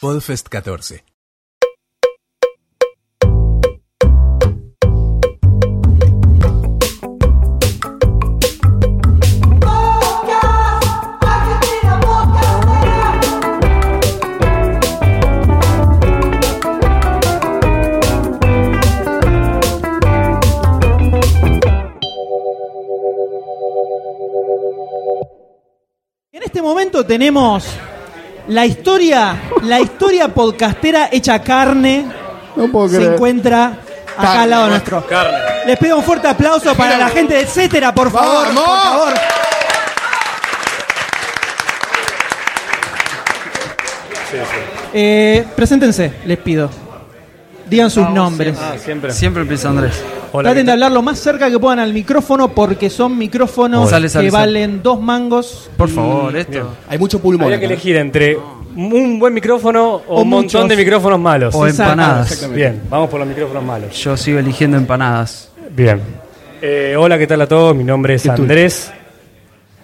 Podfest 14. En este momento tenemos la historia, la historia podcastera hecha carne. No puedo Se creer. encuentra acá al lado nuestro. Les pido un fuerte aplauso para la gente de etcétera, por favor, por ¡Vamos! favor. Eh, preséntense, les pido. Digan sus nombres. Siempre. empieza Andrés. Traten de hablar lo más cerca que puedan al micrófono porque son micrófonos Hola. Sale, sale, que sale. valen dos mangos. Por favor, esto. Hay mucho pulmón. Habría que acá. elegir entre un buen micrófono o, O un montón muchos. de micrófonos malos. O Exacto, empanadas. exactamente. Bien, vamos por los micrófonos malos. Yo sigo eligiendo empanadas. Bien. Eh, hola, ¿qué tal a todos? Mi nombre es Andrés.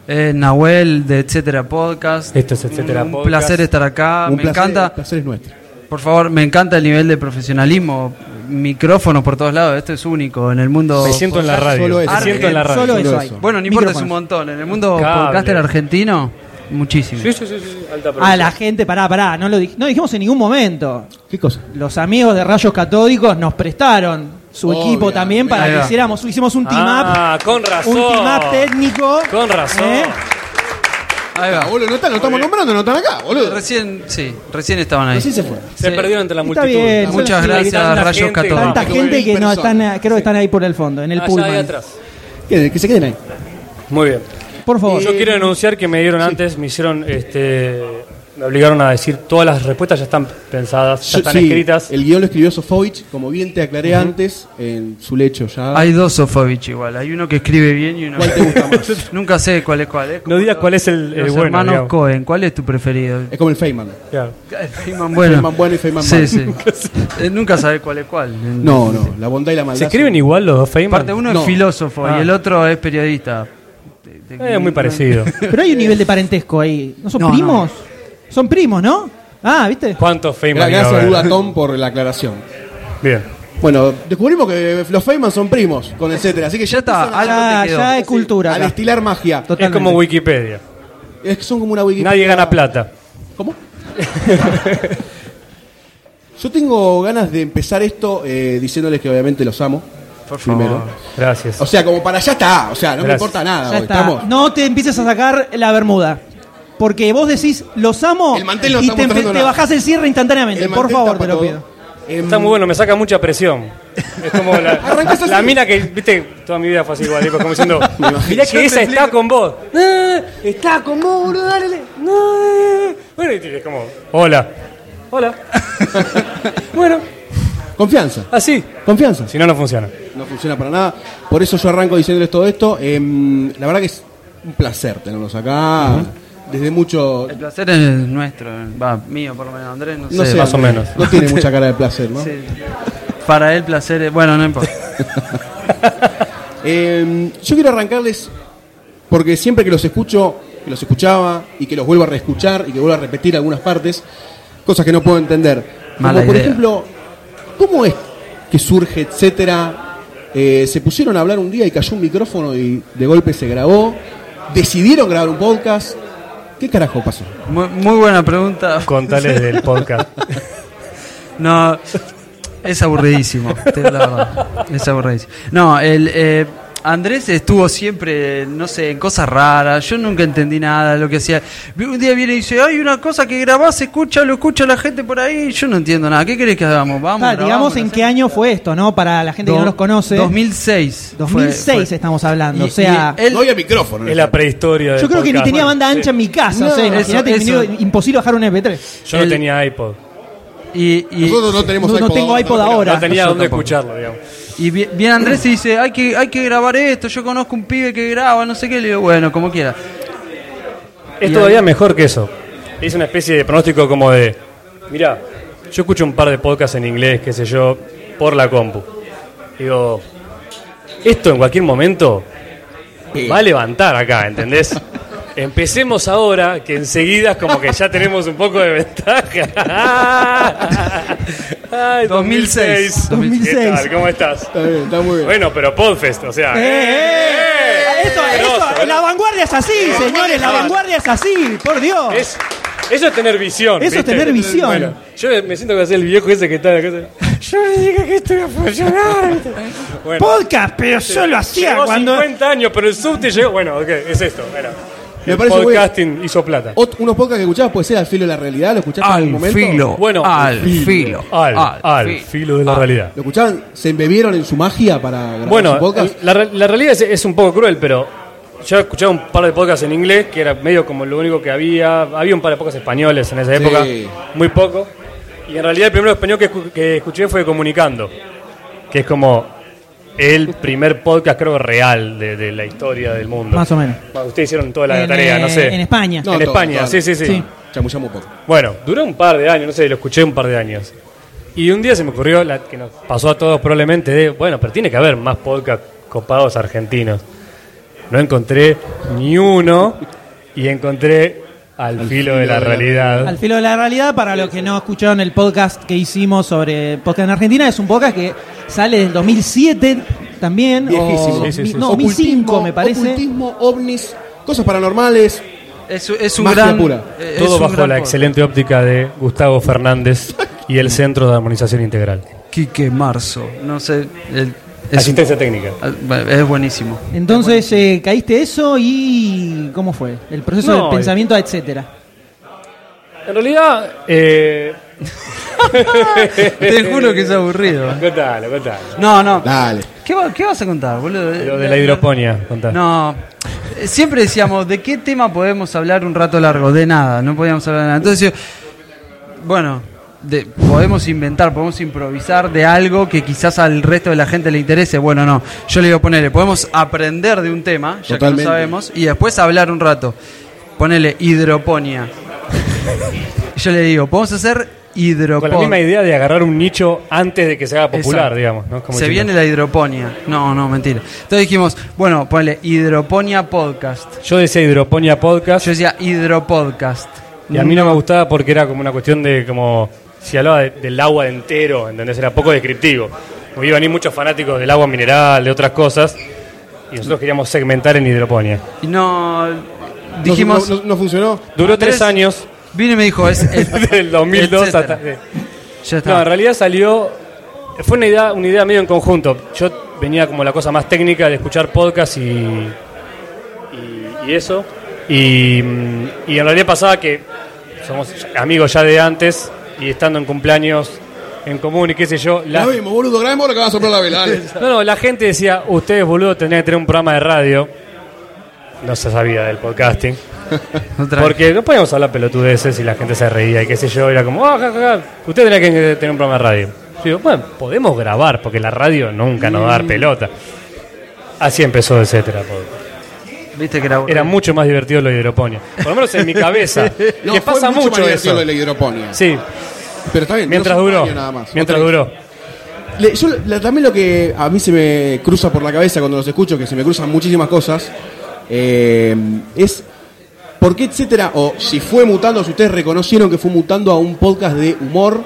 Eh, Nahuel de Etcétera Podcast. Esto es Etcétera un Podcast. placer estar acá. Un Ah, me placer, El encanta, placer es nuestro. por favor, me encanta el nivel de profesionalismo. Micrófonos por todos lados, esto es único en el mundo. Me siento en la Solo radio. eso. Me siento en la radio. Solo pues, eso Solo hay. eso. Bueno, no importa, es un Micrófonos. montón. En el mundo Cable. podcaster argentino, muchísimo. Sí, sí, sí, sí, alta A producción. Ah, la gente, pará, pará, no lo dij- no dijimos en ningún momento. ¿Qué cosa? Los amigos de Rayos Catódicos nos prestaron su Obvio. equipo también para Ahí que va. hiciéramos, hicimos un team Ah, up, con razón. un team up técnico. Con razón. ¿eh? Ahí Ah, va. boludo, no están, lo estamos nombrando, no están acá, boludo. Recién, sí, recién estaban Pues Así ahí. se fue. Se Sí. perdieron entre la Está multitud. bien, Muchas Sí, gracias, tanta Rayos gente. Católicos. Tanta Vamos. gente que no están, Personas. creo que están ahí por el fondo, en el Allá pullman. Ah, ahí atrás. Que, que se queden ahí. Muy bien. Por favor. Yo quiero denunciar que me dieron antes, me hicieron, este, me obligaron a decir todas las respuestas ya están pensadas, ya están Sí, escritas. El guión lo escribió Sofovich, como bien te aclaré antes, en su lecho ya. Hay dos Sofovich igual, hay uno que escribe bien y uno ¿Cuál que te gusta más? Nunca sé cuál es cuál. es como No digas cuál es el, el Los bueno. hermanos digamos. Cohen, ¿cuál es tu preferido? Es como el Feynman. Claro. El Feynman bueno. Feynman bueno y Feynman Sí, malo. sí. Eh, Nunca sabes cuál es cuál. No, no, la bondad y la maldad. ¿Se escriben son- igual los dos Feynman? Aparte uno No. es filósofo y Ah. el otro es periodista. Te- te- Eh, muy parecido. Pero hay un nivel de parentesco ahí. ¿No son No, primos? Son primos, ¿no? Ah, ¿viste? ¿Cuántos Feynman? iba a Gracias haber? a Tom por la aclaración. Bien. Bueno, descubrimos que los Feynman son primos, con etcétera. Así que Ya está, empiezan a- algo Ya, te quedó. Ah, ya hay cultura. Al acá. estilar magia. Es Totalmente. como Wikipedia. Es que son como una Wikipedia. Nadie gana plata. ¿Cómo? Yo tengo ganas de empezar esto eh, diciéndoles que obviamente los amo. Por favor. Primero. Gracias. O sea, como para ya está. O sea, no me Gracias. importa nada. Ya hoy, está. Ah, Estamos. No te empieces a sacar la bermuda. Porque vos decís, los amo El mantel no y estamos te, empe- tratando te nada. bajás el cierre instantáneamente. El Por mantel favor, tapa te lo todo. pido. Em, Está muy bueno, me saca mucha presión. Es como la, Arrancas así. la mina que, viste, toda mi vida fue así igual. tipo, como diciendo, mirá Yo que esa te está explico. con vos. Ah, está con vos, boludo, dale. dale. No, eh. Bueno, y es como, hola. Hola. bueno, Confianza. así. Confianza. Si no, no funciona. No funciona para nada. Por eso yo arranco diciéndoles todo esto. Em, la verdad que es un placer tenerlos acá. Desde mucho. El placer es nuestro, va, mío por lo menos, Andrés, no, sé. más o Andrés, menos. No tiene mucha cara de placer, ¿no? Sí. Para él placer es... Bueno, no importa. Eh, yo quiero arrancarles porque siempre que los escucho, que los escuchaba y que los vuelvo a reescuchar y que vuelvo a repetir algunas partes, cosas que no puedo entender. Como, Mala por idea. ejemplo, ¿cómo es que surge, etcétera? Eh, se pusieron a hablar un día y cayó un micrófono y de golpe se grabó. Decidieron grabar un podcast. ¿Qué carajo pasó? Muy, muy buena pregunta. Contales del podcast. No, es aburridísimo, te digo la verdad. Es aburridísimo. No, el, eh, Andrés estuvo siempre, no sé, en cosas raras. Yo nunca entendí nada de lo que hacía. Vi- Un día viene y dice: Hay una cosa que grabás, escucha, lo escucha la gente por ahí. Yo no entiendo nada. ¿Qué querés que hagamos? Vamos, Ah, digamos grabamos, en no sé. qué año fue esto, ¿no? Para la gente que no Do- los conoce. 2006. fue- 2006 fue. estamos hablando. Y- o sea, y él- no había micrófono. es la prehistoria del yo creo que ni podcast. pues. tenía Bueno, banda sí. ancha en mi casa. o No, sea, imagínate, eso- venido- eso. imposible bajar un MP3. Yo no El- tenía iPod. y- y- Nosotros no tenemos No- no tengo iPod ahora. No tenía Yo dónde tampoco. escucharlo, digamos. Y vi- viene Andrés y dice, hay que, hay que grabar esto, yo conozco un pibe que graba, no sé qué, le digo, bueno, como quiera. Es Y todavía ahí- mejor que eso. Es una especie de pronóstico como de, mira, yo escucho un par de podcasts en inglés, qué sé yo, por la compu. Digo, esto en cualquier momento va a levantar acá, ¿entendés? Empecemos ahora, que enseguida es como que ya tenemos un poco de ventaja. Ay, 2006. 2006. ¿Qué tal? ¿Cómo estás? Está bien, está muy bien. Bueno, pero Podfest, o sea. ¡Eh, eh, eh! Eso, grosso, eso, la vanguardia es así, señores, la vanguardia es así, por Dios. Es- eso es tener visión. Eso es ¿viste? tener visión. Bueno, yo me siento que hacer el viejo ese que está en la casa. Yo le dije que esto iba a funcionar. ¿viste? Bueno, Podcast, pero yo lo hacía Llevó cuando. 50 años, pero el subte llegó. Bueno, ok, es esto. Bueno, Me el parece muy bien. podcasting hizo plata. Ot- unos podcasts que escuchabas puede ser al filo de la realidad, lo escuchaste en algún Al momento. filo. Bueno, al al filo. filo. Al, al fi- filo de la al- realidad. Lo escuchaban, se embebieron en su magia para grabar su Bueno, podcast. la, re- la realidad es, es un poco cruel, pero yo escuchaba un par de podcasts en inglés, que era medio como lo único que había. Había un par de podcasts españoles en esa Sí. época, muy poco. Y en realidad el primero español que, escu- que escuché fue Comunicando, que es como el primer podcast, creo, real de, de la historia del mundo. Más o menos. Bueno, ustedes hicieron toda la En, tarea, eh, no sé. en España. No, en todo, España, todo. sí, sí, sí, Sí. Chamullamos poco. Bueno, duró un par de años, no sé, lo escuché un par de años. Y un día se me ocurrió, la que nos pasó a todos probablemente, de, bueno, pero tiene que haber más podcast copados argentinos. No encontré ni uno y encontré al, filo de la realidad. Al filo de la realidad, para los que no escucharon el podcast que hicimos sobre podcast en Argentina, es un podcast que sale del 2007 también. Viejísimo. O, Sí, sí, sí. no, Ocultismo, 2005 me parece. Ocultismo, ovnis, cosas paranormales. Es, es un Magia gran. pura. eh, es Todo un bajo gran la pod- excelente óptica de Gustavo Fernández y el Centro de Armonización Integral. Quique Marzo. No sé. el- es, un- Asistencia técnica. al- bueno, es buenísimo. Entonces eh, caíste eso y ¿cómo fue? El proceso No, del eh. pensamiento, etcétera. En realidad, eh, Te juro que es aburrido. contalo, contalo. No, no. Dale. ¿Qué, va- qué vas a contar, boludo? Lo de la hidroponía, contalo. No. Eh, Siempre decíamos, ¿de qué tema podemos hablar un rato largo? De nada, no podíamos hablar de nada. Entonces, yo, bueno, de- podemos inventar, podemos improvisar de algo que quizás al resto de la gente le interese. Bueno, no. Yo le digo, ponele, podemos aprender de un tema, ya Totalmente. que no sabemos, y después hablar un rato. Ponele hidroponía. yo le digo, podemos hacer Con hidroponía. la misma idea de agarrar un nicho antes de que se haga popular, Exacto. digamos. ¿no? Como Se diciendo, viene la hidroponía. No, no, mentira. Entonces dijimos, bueno, ponle hidroponía podcast. Yo decía hidroponía podcast Yo decía hidropodcast. y a mí no me gustaba porque era como una cuestión de como si hablaba de- del agua entero, ¿entendés? Era poco descriptivo. Como iban a ir muchos fanáticos del agua mineral, de otras cosas, y nosotros queríamos segmentar en hidroponía. Y no. No- Dijimos. No, no- no funcionó. Duró Andrés- tres años, Vino y me dijo, es. es- del 2002 etcétera. hasta... sí. Ya está. No, en realidad salió. Fue una idea, una idea medio en conjunto. Yo venía como la cosa más técnica de escuchar podcast y. y, y eso. Y, mm, y en realidad pasaba que somos amigos ya de antes y estando en cumpleaños en común y qué sé yo. La La, vimos, boludo. Grabemos lo que va a soplar la vela. dale. no, no, la gente decía, ustedes boludo tendrían que tener un programa de radio. No se sabía del podcasting. Otra vez. Porque no podíamos hablar pelotudeces y la gente se reía y qué sé yo, era como, ah, ja, ja, ja, usted tenía que tener un programa de radio. Yo digo, bueno, podemos grabar, porque la radio nunca nos va a Mm. dar pelota. Así empezó, etcétera. po. Viste que era. Era mucho más divertido lo de hidroponía. Por lo menos en mi cabeza. No, que fue pasa mucho mucho más divertido eso. lo de la hidroponía. Sí, Pero está bien. mientras duró duró. Mientras duró. Le- yo la- también lo que a mí se me cruza por la cabeza cuando los escucho, que se me cruzan muchísimas cosas, eh, es por qué, etcétera, o si fue mutando, si ustedes reconocieron que fue mutando a un podcast de humor,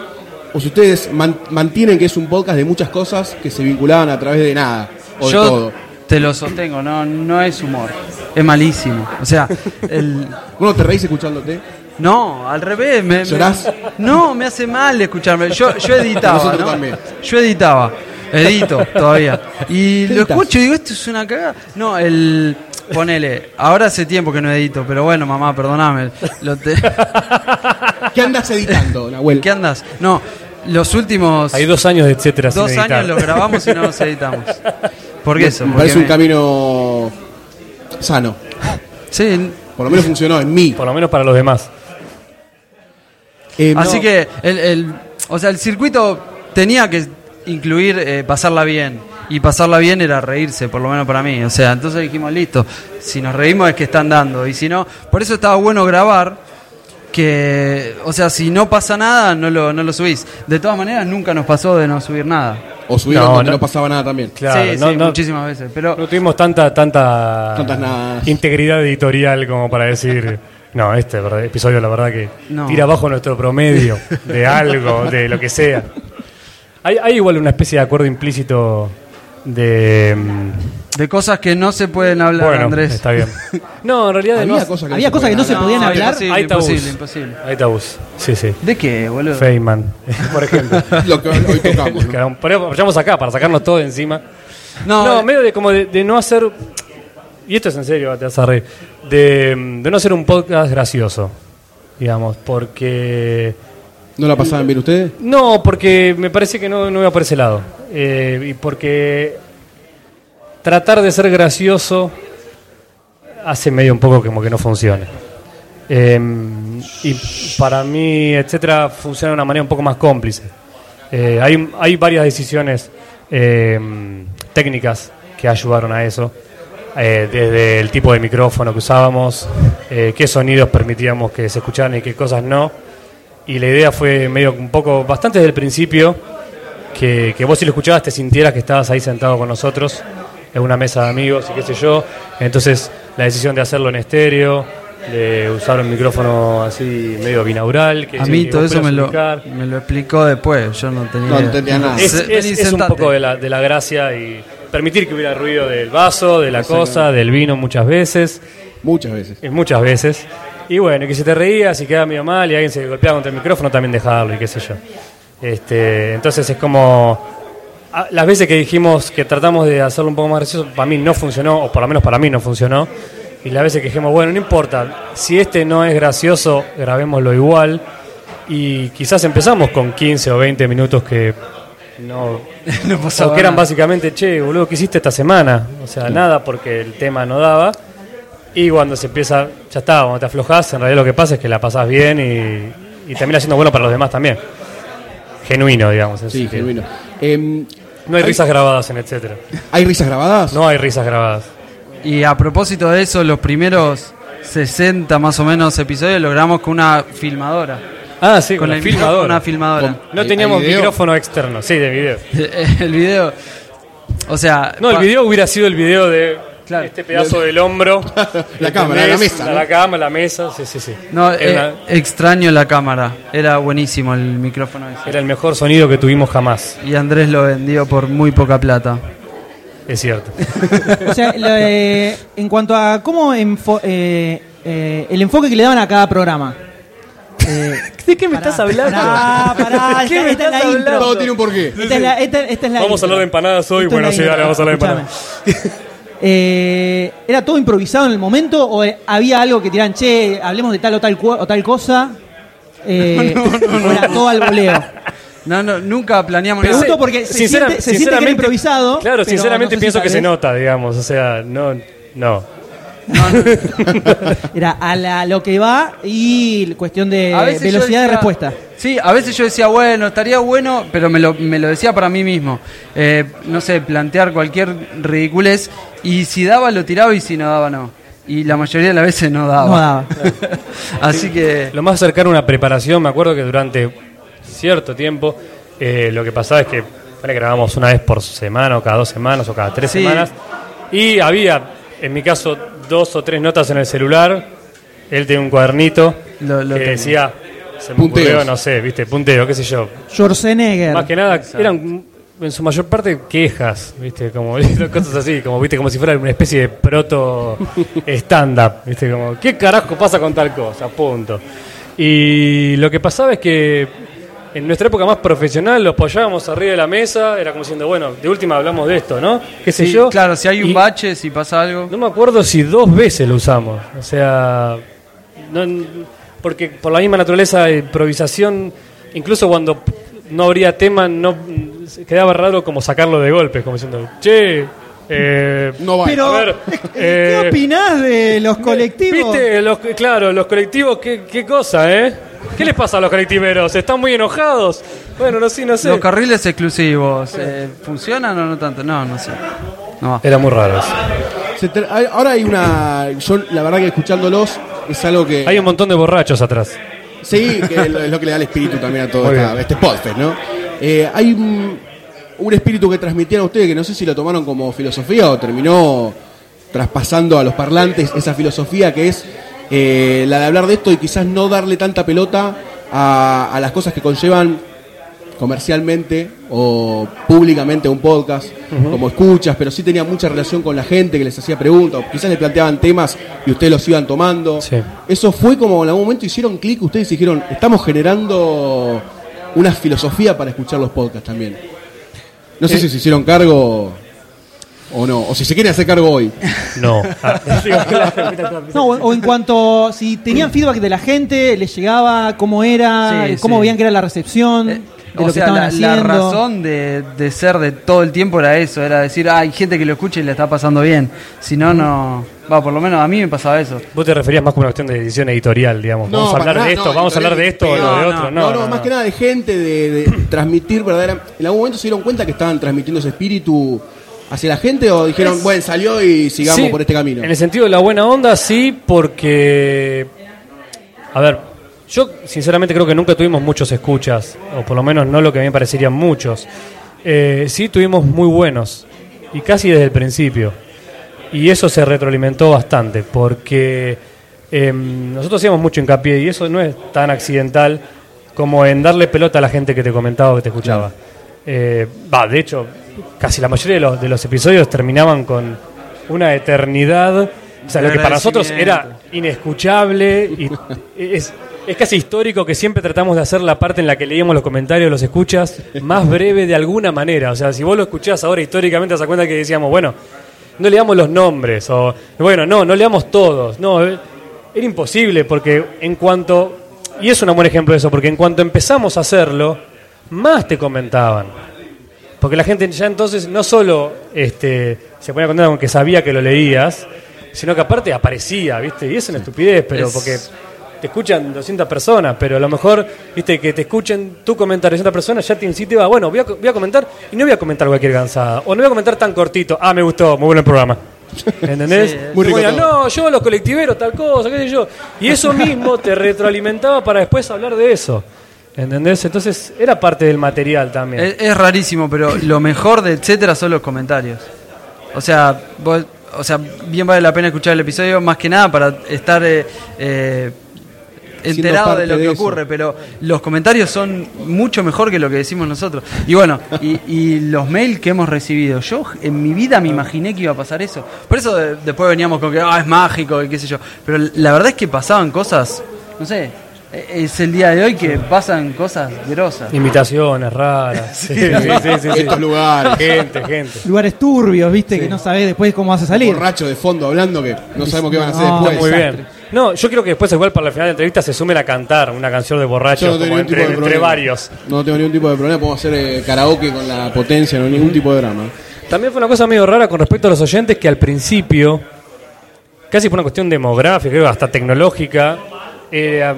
o si ustedes man- mantienen que es un podcast de muchas cosas que se vinculaban a través de nada, o Yo de todo. te lo sostengo, no, no es humor. Es malísimo. O sea, el. Uno te reís escuchándote. No, al revés. Me, me- ¿Llorás? no, me hace mal escucharme. Yo, yo editaba, Nosotros ¿no? también. Yo editaba. Edito todavía. Y lo Editas. escucho y digo, esto es una cagada. No, el... Ponele, ahora hace tiempo que no edito, pero bueno, mamá, perdóname. Lo te- ¿Qué andas editando, Nahuel? ¿Qué andas? No, los últimos Hay dos años de etcétera sin dos editar. años los grabamos y no los editamos. ¿Por qué eso? me Porque parece un me- camino sano. Sí, Por lo menos funcionó en mí. Por lo menos para los demás. Eh, Así no, que el, el- o sea, el circuito tenía que incluir eh, pasarla bien. Y pasarla bien era reírse, por lo menos para mí. O sea, entonces dijimos, listo, si nos reímos es que están dando. Y si no, por eso estaba bueno grabar. que, o sea, si no pasa nada, no lo, no lo subís. De todas maneras, nunca nos pasó de no subir nada. O subieron No, donde no. no pasaba nada también. Claro, sí, no, sí, no- muchísimas veces. Pero no tuvimos tanta, tanta Tantas nadas. integridad editorial como para decir, no, este verdad- episodio la verdad que No. tira abajo nuestro promedio de algo, de lo que sea. Hay, hay igual una especie de acuerdo implícito de... mm, de cosas que no se pueden hablar, bueno, Andrés. está bien. No, en realidad no Había hace- cosas que había no cosas que no se podían podían hablar. imposible, Hay tabús. imposible, imposible. Hay tabús, sí, sí. ¿De qué, boludo? Feynman, por ejemplo. hablar. Lo que hoy tocamos. ¿no? Pero vayamos acá para sacarnos todo de encima. No, eh, No, medio de como de, de no hacer. Y esto es en serio, te vas a reír. De, mm, de no hacer un podcast gracioso. Digamos, porque. ¿No la pasaban bien ustedes? No, porque me parece que no, no iba por ese lado. Eh, y porque. Tratar de ser gracioso hace medio un poco como que no funcione. Eh, y para mí, etcétera, funciona de una manera un poco más cómplice. Eh, hay, hay varias decisiones eh, técnicas que ayudaron a eso. Eh, desde el tipo de micrófono que usábamos, eh, qué sonidos permitíamos que se escucharan y qué cosas no. Y la idea fue medio un poco, bastante desde el principio, que, que vos si lo escuchabas te sintieras que estabas ahí sentado con nosotros en una mesa de amigos y qué sé yo. Entonces la decisión de hacerlo en estéreo, de usar un micrófono así medio binaural. Que a mí que todo vos eso me puedas lo, ubicar. me lo explicó después. Yo no tenía. No idea. entendía nada. Es, Se- es- vení, es un sentate. poco de la, de la gracia y permitir que hubiera ruido del vaso, de la cosa, del vino muchas veces, Muchas veces. eh, muchas veces. Y bueno, que si te reías si quedaba medio mal y alguien se golpeaba contra el micrófono, también dejarlo y qué sé yo. Este, entonces es como... a- Las veces que dijimos que tratamos de hacerlo un poco más gracioso, para mí no funcionó, o por lo menos para mí no funcionó. Y las veces que dijimos, bueno, no importa, si este no es gracioso, grabémoslo igual. Y quizás empezamos con 15 o 20 minutos que no No pasaba o que eran nada. básicamente, che, boludo, ¿qué hiciste esta semana? O sea, nada porque el tema no daba. Y cuando se empieza, ya está, cuando te aflojas, en realidad lo que pasa es que la pasás bien y, y termina siendo bueno para los demás también. Genuino, digamos. en Sí, sentido. genuino. Em, No hay risas grabadas en etcétera. ¿Hay risas grabadas? No hay risas grabadas. Y a propósito de eso, los primeros 60 más o menos episodios lo grabamos con una filmadora. Ah, sí, Con con, la el filmador. Una filmadora. Con- No ¿Hay- teníamos hay video? micrófono externo, sí, de video. el video. O sea. No, el pa- video hubiera sido el video de Claro. este pedazo del hombro. La cámara, la ¿entendés? mesa, La, ¿no? cámara, la mesa, sí, sí, sí. No, Era eh, una- extraño la cámara. Era buenísimo el micrófono ese. Era el mejor sonido que tuvimos jamás, Y Andrés lo vendió por muy poca plata. es cierto. O sea, la- eh, en cuanto a cómo enfo- eh, eh, el enfoque que le daban a cada programa. Eh, ¿De qué me estás hablando? Pará, pará, ¿De qué me esta, esta es estás la intro. hablando? Todo tiene un porqué. Esta es la, esta- esta es la Vamos a intro. hablar de empanadas hoy. Esto es Bueno, la sí, intro. dale, vamos a hablar de Escuchame. Eh, ¿Era todo improvisado en el momento o eh, había algo que tiran, che, hablemos de tal o tal, cu- o tal cosa? Eh, o era todo al voleo. No, no, nunca planeamos Pero- nada. Pregunto porque se Sincera- siente- se siente que era sinceramente- improvisado, Claro, pero sinceramente no sé si pienso tal que se vez. nota, digamos. O sea, no. No. Era a la- lo que va y cuestión de A veces yo Eh, velocidad de decía- respuesta. Sí, a veces yo decía, bueno, estaría bueno, pero me lo, me lo decía para mí mismo. Eh, no sé, plantear cualquier ridiculez. Y si daba, lo tiraba y si no daba, no. Y la mayoría de las veces no daba. No daba. Así que. Lo más cercano a una preparación, me acuerdo que durante cierto tiempo eh, lo que pasaba es que bueno, grabamos una vez por semana, o cada dos semanas, o cada tres Sí. semanas. Y había, en mi caso, dos o tres notas en el celular. Él tenía un cuadernito Lo- lo que tengo. decía, se me Punteos. ocurrió, no sé, viste, punteo, qué sé yo, Schwarzenegger. Más que nada, eran en su mayor parte quejas, ¿viste? Como cosas así, como viste como si fuera una especie de proto stand up, ¿viste? Como ¿qué carajo pasa con tal cosa? Punto. Y lo que pasaba es que en nuestra época más profesional lo apoyábamos arriba de la mesa, era como diciendo, bueno, de última hablamos de esto, ¿no? ¿Qué sé Sí, yo? Claro, si hay un Y- bache, si pasa algo. no me acuerdo si dos veces lo usamos. O sea, no- porque por la misma naturaleza de improvisación, incluso cuando no habría tema, no quedaba raro como sacarlo de golpe, como diciendo, che, eh, No va. Pero, a ver, ¿qué eh, opinás de los colectivos? ¿Viste? Los, claro, los colectivos, qué, qué cosa, ¿eh? ¿Qué les pasa a los colectiveros? ¿Están muy enojados? Bueno, no sé, no sé. Los carriles exclusivos, eh, ¿funcionan o no tanto? No, no sé. No va. Era muy raro. eso. Se tra- hay- Ahora hay una. Yo, la verdad, que escuchándolos es algo que. Hay un montón de borrachos atrás. Sí, que es lo- es lo que le da el espíritu también a todo Muy esta- bien. este podcast, ¿no? Eh, hay un, un espíritu que transmitían a ustedes que no sé si lo tomaron como filosofía o terminó traspasando a los parlantes esa filosofía que es eh, la de hablar de esto y quizás no darle tanta pelota a, a las cosas que conllevan comercialmente o públicamente un podcast, como escuchas, pero sí tenía mucha relación con la gente que les hacía preguntas, o quizás les planteaban temas y ustedes los iban tomando. Sí. Eso fue como en algún momento hicieron clic, ustedes dijeron, estamos generando una filosofía para escuchar los podcasts también. No sé si se hicieron cargo o no, o si se quieren hacer cargo hoy. No. Ah, digo, claro. No, o, o en cuanto si tenían feedback de la gente, les llegaba cómo era, Sí, cómo sí. veían que era la recepción, Eh, de o lo que sea, estaban la, la haciendo. razón de, de ser de todo el tiempo era eso, era decir, ah, hay gente que lo escucha y le está pasando bien. Si no, no... Va, por lo menos a mí me pasaba eso. Vos te referías más como una cuestión de edición editorial, digamos. No, vamos a para hablar nada, de esto, no, vamos a hablar de esto o editorial, lo de no, otro. No, No, no, no, más no. que nada de gente, de, de transmitir verdadera. En algún momento se dieron cuenta que estaban transmitiendo ese espíritu hacia la gente o dijeron, bueno, salió y sigamos Sí, por este camino. En el sentido de la buena onda, sí, porque. A ver, yo sinceramente creo que nunca tuvimos muchos escuchas, o por lo menos no lo que a mí me parecerían muchos. Eh, sí, tuvimos muy buenos, y casi desde el principio. Y eso se retroalimentó bastante, porque em, nosotros hacíamos mucho hincapié, y eso no es tan accidental como en darle pelota a la gente que te comentaba o que te escuchaba. Eh, Va, de hecho, casi la mayoría de los, de los episodios terminaban con una eternidad. O sea, lo que para nosotros era inescuchable y es, es casi histórico que siempre tratamos de hacer la parte en la que leíamos los comentarios, los escuchas, más breve de alguna manera. O sea, si vos lo escuchás ahora históricamente, te das cuenta que decíamos, bueno, no leamos los nombres, o bueno, no, no leamos todos. No, eh, era imposible porque en cuanto, y es un buen ejemplo de eso, porque en cuanto empezamos a hacerlo, más te comentaban. Porque la gente ya entonces no solo este, se ponía contenta con que sabía que lo leías, sino que aparte aparecía, ¿viste? Y es una estupidez, pero Es- porque te escuchan 200 personas, pero a lo mejor, ¿viste? Que te escuchen tu comentario 200 personas ya te incentiva, bueno, voy a, co- voy a comentar y no voy a comentar cualquier gansada, o no voy a comentar tan cortito, ah, me gustó, muy bueno el programa. ¿Entendés? Sí, es- Muy rico Bueno, todo. no, no, yo los colectiveros, tal cosa, qué sé yo. Y eso mismo te retroalimentaba para después hablar de eso. ¿Entendés? Entonces era parte del material también. Es, es rarísimo, pero lo mejor de etcétera son los comentarios. O sea, vos- o sea, bien vale la pena escuchar el episodio, más que nada para estar eh, eh, Siendo enterado parte de lo de que eso. ocurre, pero los comentarios son mucho mejor que lo que decimos nosotros. Y bueno, y, y los mails que hemos recibido, yo en mi vida me imaginé que iba a pasar eso. Por eso de- después veníamos con que "Ah, es mágico y qué sé yo. Pero la verdad es que pasaban cosas, no sé, e- es el día de hoy que pasan cosas grosas. Imitaciones raras. Sí, sí, sí, sí, sí. Estos lugares. Gente, gente. Lugares turbios, viste, que no sabés después cómo vas a salir. borracho de fondo hablando que no sabemos qué van a hacer No, después. Muy bien. No, yo creo que después, igual para la final de la entrevista, se sumen a cantar una canción de borracho, Yo no tengo como ningún tipo entre, de entre problema. varios. No tengo ningún tipo de problema, podemos hacer eh, karaoke con la potencia, no hay ningún tipo de drama. También fue una cosa medio rara con respecto a los oyentes que al principio, casi por una cuestión demográfica, creo, hasta tecnológica, eh,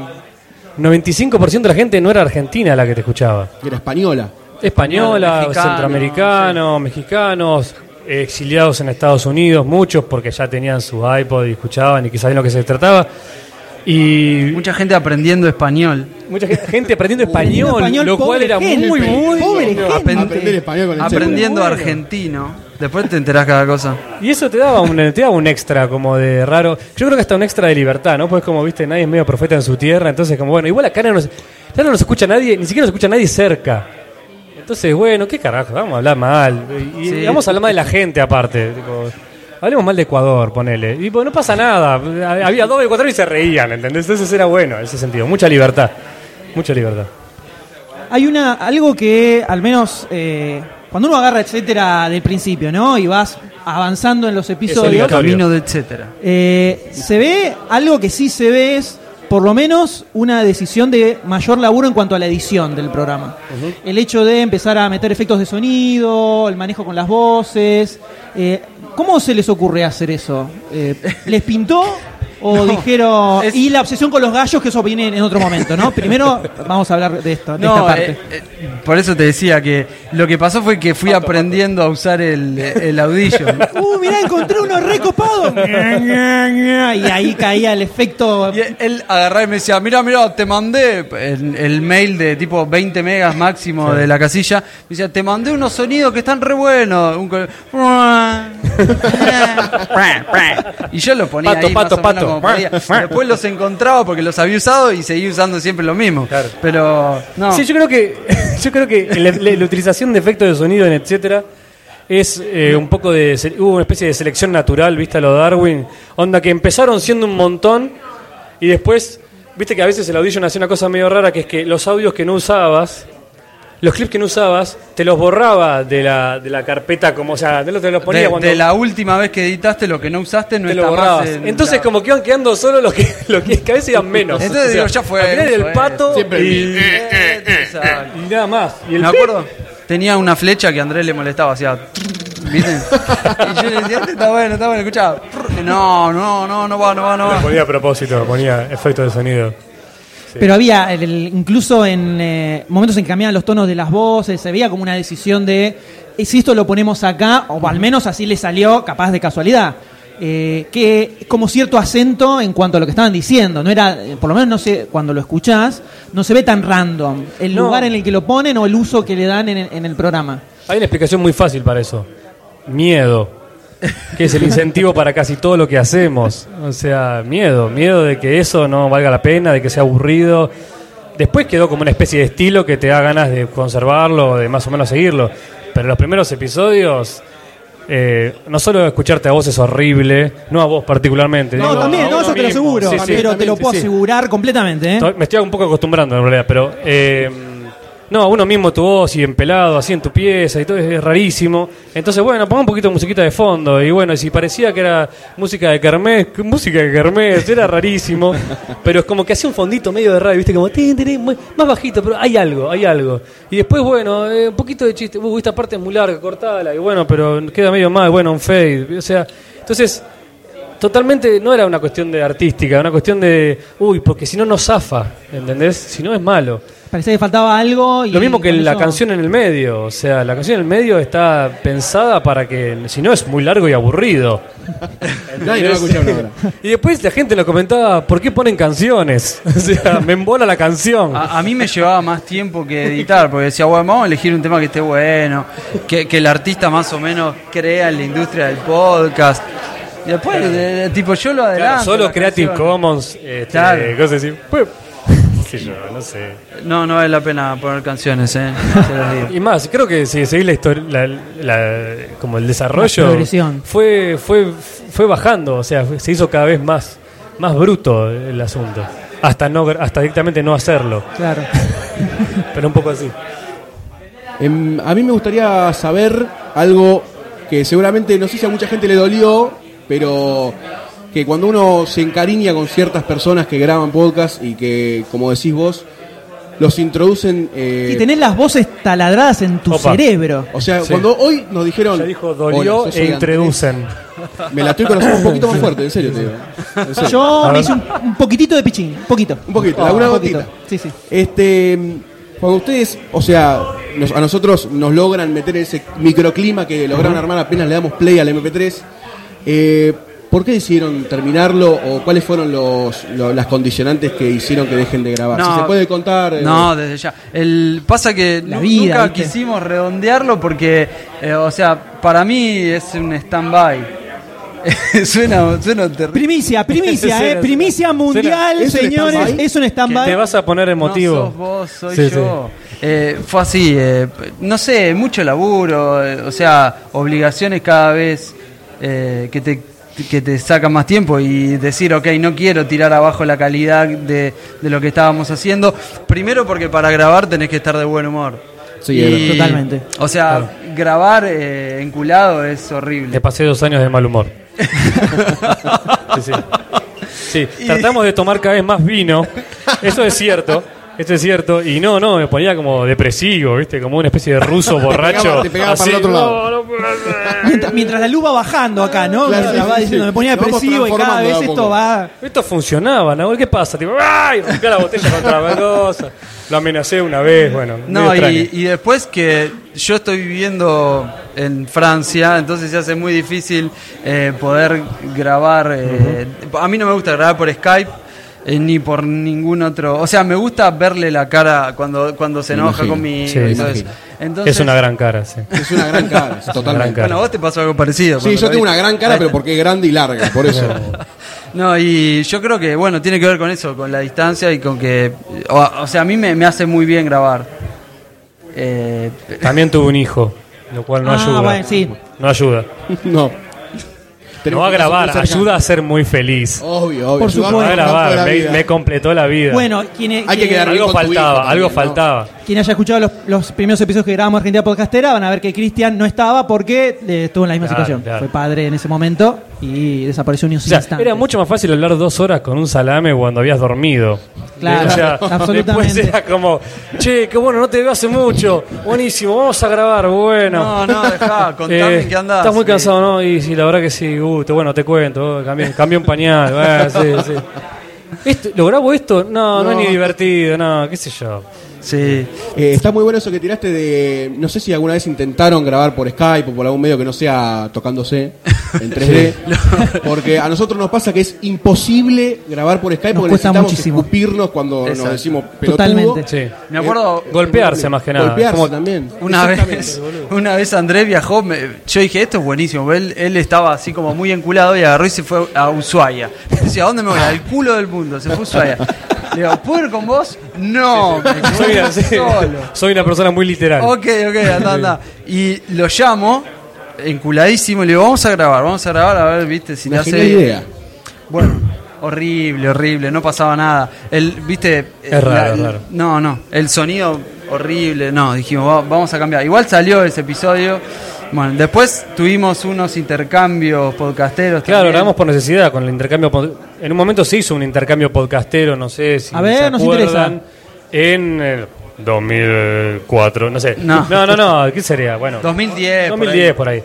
95% de la gente no era argentina la que te escuchaba. Era española. Española, Mexicano, centroamericanos, mexicanos, exiliados en Estados Unidos, muchos porque ya tenían sus iPod y escuchaban y que sabían lo que se trataba. Y Mucha gente aprendiendo español. mucha ge- gente aprendiendo español, español, lo cual pobre era gente, muy, muy... pobre gente. Aprender español con el aprendiendo Bueno. argentino. Después te enterás cada cosa. Y eso te daba, un, te daba un extra como de raro. Yo creo que hasta un extra de libertad, ¿no? Pues como viste, nadie es medio profeta en su tierra, entonces como bueno, igual acá no nos, ya no nos escucha nadie, ni siquiera nos escucha nadie cerca. Entonces, bueno, qué carajo, vamos a hablar mal. Y, y Sí. vamos a hablar mal de la gente aparte. Tipo, hablemos mal de Ecuador, ponele. Y pues, no pasa nada. Había dos de Ecuador y se reían, ¿entendés? Entonces era bueno en ese sentido. Mucha libertad. Mucha libertad. Hay una algo que al menos eh, cuando uno agarra etcétera del principio, ¿no? Y vas avanzando en los obligatorio. episodios, Camino de etcétera. eh, se ve algo que sí se ve es por lo menos una decisión de mayor laburo en cuanto a la edición del programa. El hecho de empezar a meter efectos de sonido, el manejo con las voces. eh, ¿Cómo se les ocurre hacer eso? Eh, ¿Les pintó? O dijeron. es- Y la obsesión con los gallos, que eso viene en otro momento, ¿no? Primero vamos a hablar de esto, de esta No, parte. eh, eh, por eso te decía que lo que pasó fue que fui aprendiendo a usar el, el Audition. Uh, mirá, encontré uno recopado. y ahí caía el efecto. Y él agarraba y me decía, mira, mira, te mandé el, el mail de tipo 20 megas máximo de la casilla. Me decía, te mandé unos sonidos que están re buenos. Un co- y yo los ponía Pato, ahí más pato, o menos pato. como podía. Después los encontraba porque los había usado y seguí usando siempre lo mismo. Claro. Pero, no. Sí, yo creo que, yo creo que la, la- la utilización de efectos de sonido en etcétera es eh, un poco de. se- Hubo una especie de selección natural, viste, a lo Darwin. Onda que empezaron siendo un montón y después. Viste que a veces el audition hacía una cosa medio rara, que es que los audios que no usabas, los clips que no usabas, te los borraba de la, de la carpeta, como, o sea, te los, te los ponía de, cuando. de la última vez que editaste lo que no usaste no te lo está más borrabas. en- Entonces, claro. como que iban quedando solo los que, los que, que a veces iban menos. Entonces digo, ya fue, al final era fue. el pato Siempre y, el eh. y nada más. Y el me acuerdo, tenía una flecha que a Andrés le molestaba, hacía. ¿Viste? Y yo le decía, "Este está bueno, está bueno, escuchá. No, no, no, no va, no va, no va. Ponía a propósito, ponía efectos de sonido. Este, Pero había, el- el- incluso en eh, momentos en que cambiaban los tonos de las voces, se veía como una decisión de "Y si esto lo ponemos acá, o al menos así le salió, capaz de casualidad. eh, que como cierto acento en cuanto a lo que estaban diciendo, no era, eh, por lo menos no sé, cuando lo escuchás, no se ve tan random el No. lugar en el que lo ponen o el uso que le dan en, en el programa. Hay una explicación muy fácil para eso. Miedo. Que es el incentivo para casi todo lo que hacemos. O sea, miedo. Miedo de que eso no valga la pena, de que sea aburrido. Después quedó como una especie de estilo que te da ganas de conservarlo, de más o menos seguirlo. Pero los primeros episodios, eh, no solo escucharte a vos es horrible, no a vos particularmente. No, digo, a también, no, uno eso te lo mismo. aseguro, Sí, sí. pero te lo puedo sí. asegurar completamente. ¿eh? To- Me estoy un poco acostumbrando en realidad, pero. eh, no, uno mismo tu voz y en pelado, así en tu pieza y todo, es rarísimo. Entonces, bueno, ponga un poquito de musiquita de fondo. Y bueno, y si parecía que era música de Kermés, ¿qué música de Kermés, era rarísimo. Pero es como que hacía un fondito medio de radio, ¿viste? Como tin, tin, tin, muy- más bajito, pero hay algo, hay algo. Y después, bueno, eh, un poquito de chiste. Uy, esta parte es muy larga, cortala. Y bueno, pero queda medio mal, bueno, un fade. O sea, entonces, Totalmente no era una cuestión de artística, era una cuestión de, uy, porque si no no zafa, ¿entendés? Si no es malo. Parecía que faltaba algo. Y Lo mismo que con la eso- canción en el medio, o sea, la canción en el medio está pensada para que, si no es muy largo y aburrido. Nadie lo va a escuchar una hora. Y después la gente lo comentaba, ¿por qué ponen canciones? O sea, me embola la canción. A, a mí me llevaba más tiempo que editar, porque decía, bueno, vamos a elegir un tema que esté bueno, que, que el artista más o menos crea en la industria del podcast. Y después, eh, tipo, yo lo adelanto. Claro, solo la Creative canción. Commons, este, Claro. cosas así. Pues, qué sé yo, no sé. No, no vale la pena poner canciones, ¿eh? Se los digo. Y más, creo que si seguís la historia, la- la- como el La desarrollo, progresión. fue, fue, fue bajando, o sea, fue- se hizo cada vez más, más bruto el asunto, hasta no, hasta directamente no hacerlo, Claro. pero un poco así. Em, a mí me gustaría saber algo que seguramente, no sé si a mucha gente le dolió, pero que cuando uno se encariña con ciertas personas que graban podcast y que, como decís vos, los introducen... eh, Y tenés las voces taladradas en tu Opa. cerebro. o sea, Sí. cuando hoy nos dijeron... Ya dijo "Hola, dolió yo soy e Andrés", introducen. Me la estoy conociendo un poquito más fuerte, en serio, te digo. En serio. Yo A me ver. hice un, un poquitito de pichín, un poquito. Ah, Un poquito, alguna un poquito. gotita. Sí, sí. Este, cuando ustedes, o sea, nos- a nosotros nos logran meter ese microclima que lograron armar apenas le damos play al MP3, eh, ¿por qué decidieron terminarlo o cuáles fueron los, lo- las condicionantes que hicieron que dejen de grabar? si se puede contar. eh, No, desde ya. El, pasa que La nu- vida, nunca ¿viste? quisimos redondearlo porque, eh, o sea, para mí es un stand-by. suena, suena terrible. Primicia, primicia, Suena, eh, suena. primicia mundial, ¿Es un señores. stand-by? Es un Te stand-by. vas a poner emotivo. No sos vos, soy Sí, yo. Eh, fue así, eh, no sé, mucho laburo, eh, o sea, obligaciones cada vez eh, que te que te sacan más tiempo y decir, ok, no quiero tirar abajo la calidad de, de lo que estábamos haciendo. Primero porque para grabar tenés que estar de buen humor. Sí, Y, totalmente. O sea, grabar eh, enculado es horrible. Le pasé dos años de mal humor. sí, sí. Sí, tratamos de tomar cada vez más vino, eso es cierto. Esto es cierto. Y no, no, me ponía como depresivo, ¿viste? Como una especie de ruso borracho. te pegaba para el otro lado. "No, no puedo hacer". Mientras, mientras la luz va bajando acá, ¿no? Claro, Mientras sí, va sí, diciendo, sí. me ponía Lo vamos depresivo y cada transformando de a vez esto poco. va. Esto funcionaba, Nahuel. ¿Qué pasa? Tipo, ¡ay! Arrancá la botella contra la cosa. Lo amenacé una vez, bueno. No, medio extraño. y, y después que yo estoy viviendo en Francia, entonces se hace muy difícil eh, poder grabar. eh, A mí no me gusta grabar por Skype. eh, ni por ningún otro. O sea, me gusta verle la cara cuando, cuando se Me enoja imagino, conmigo. sí, y me todo eso. imagino. Entonces, es una gran cara, sí. Es una gran cara, totalmente. gran Bueno, a vos te pasó algo parecido. Sí, cuando yo lo tengo viste. una gran cara, Ahí pero está. porque es grande y larga, por eso. No, y yo creo que, bueno, tiene que ver con eso, con la distancia y con que. O, o sea, a mí me, me hace muy bien grabar. Eh, También tuvo un hijo, lo cual no Ah, ayuda. bueno, sí. No ayuda. No. no Tenemos va a que grabar, estar cerca. ayuda a ser muy feliz. Obvio, obvio. Por ayudar supuesto. No va a para el grabar, campo de la me, vida. me completó la vida. Bueno, quien, Hay que quien- quedar bien con algo tu hijo faltaba, también, algo ¿no? faltaba. Quien haya escuchado los, los primeros episodios que grabamos Argentina Podcastera van a ver que Cristian no estaba porque eh, estuvo en la misma Claro, situación. claro. Fue padre en ese momento y desapareció un O sea, instante. era mucho más fácil hablar dos horas con un salame cuando habías dormido. Claro, o sea, absolutamente. Después era como, che, qué bueno, no te veo hace mucho. Buenísimo, vamos a grabar, bueno. No, no, dejá, contame Eh, en qué andás. Estás muy Y- cansado, ¿no? Y sí, la verdad que sí, uh, te- bueno, te cuento, oh, cambié, cambié un pañal, bueno, sí, sí. Esto- ¿Lo grabo esto? No, no, es ni divertido, no, qué sé yo. Sí. Eh, está muy bueno eso que tiraste de. No sé si alguna vez intentaron grabar por Skype o por algún medio que no sea tocándose en 3D. Porque a nosotros nos pasa que es imposible grabar por Skype Nos porque cuesta necesitamos muchísimo. escupirnos cuando Exacto. nos decimos pelotudo. Eh, Totalmente. Sí. Me acuerdo Golpearse más que nada. Golpearse Como- también. una Exactamente. vez, una vez Andrés viajó, me- yo dije, esto es buenísimo. Él, él estaba así como muy enculado y agarró y se fue a Ushuaia. Me decía, ¿a dónde me voy? Al culo del mundo, se fue a Ushuaia. Le digo, ¿puedo ir con vos? No, me Soy quedé una, sí, solo. soy una persona muy literal. Ok, ok, anda, anda. Y lo llamo, enculadísimo, y le digo, vamos a grabar, vamos a grabar, a ver, viste, si Una le hace. genial idea. Bueno, horrible, horrible, no pasaba nada. El, viste. eh, Es raro, es raro. No, no, el sonido horrible, no, dijimos, va- vamos a cambiar. Igual salió ese episodio. Bueno, después tuvimos unos intercambios podcasteros. Claro, también. grabamos por necesidad con el intercambio. pod- En un momento se hizo un intercambio podcastero, no sé si. A ver, se nos acuerdan, En el 2004, no sé. No. no, no, no, ¿qué sería? Bueno, 2010. por ahí. 2010 por ahí.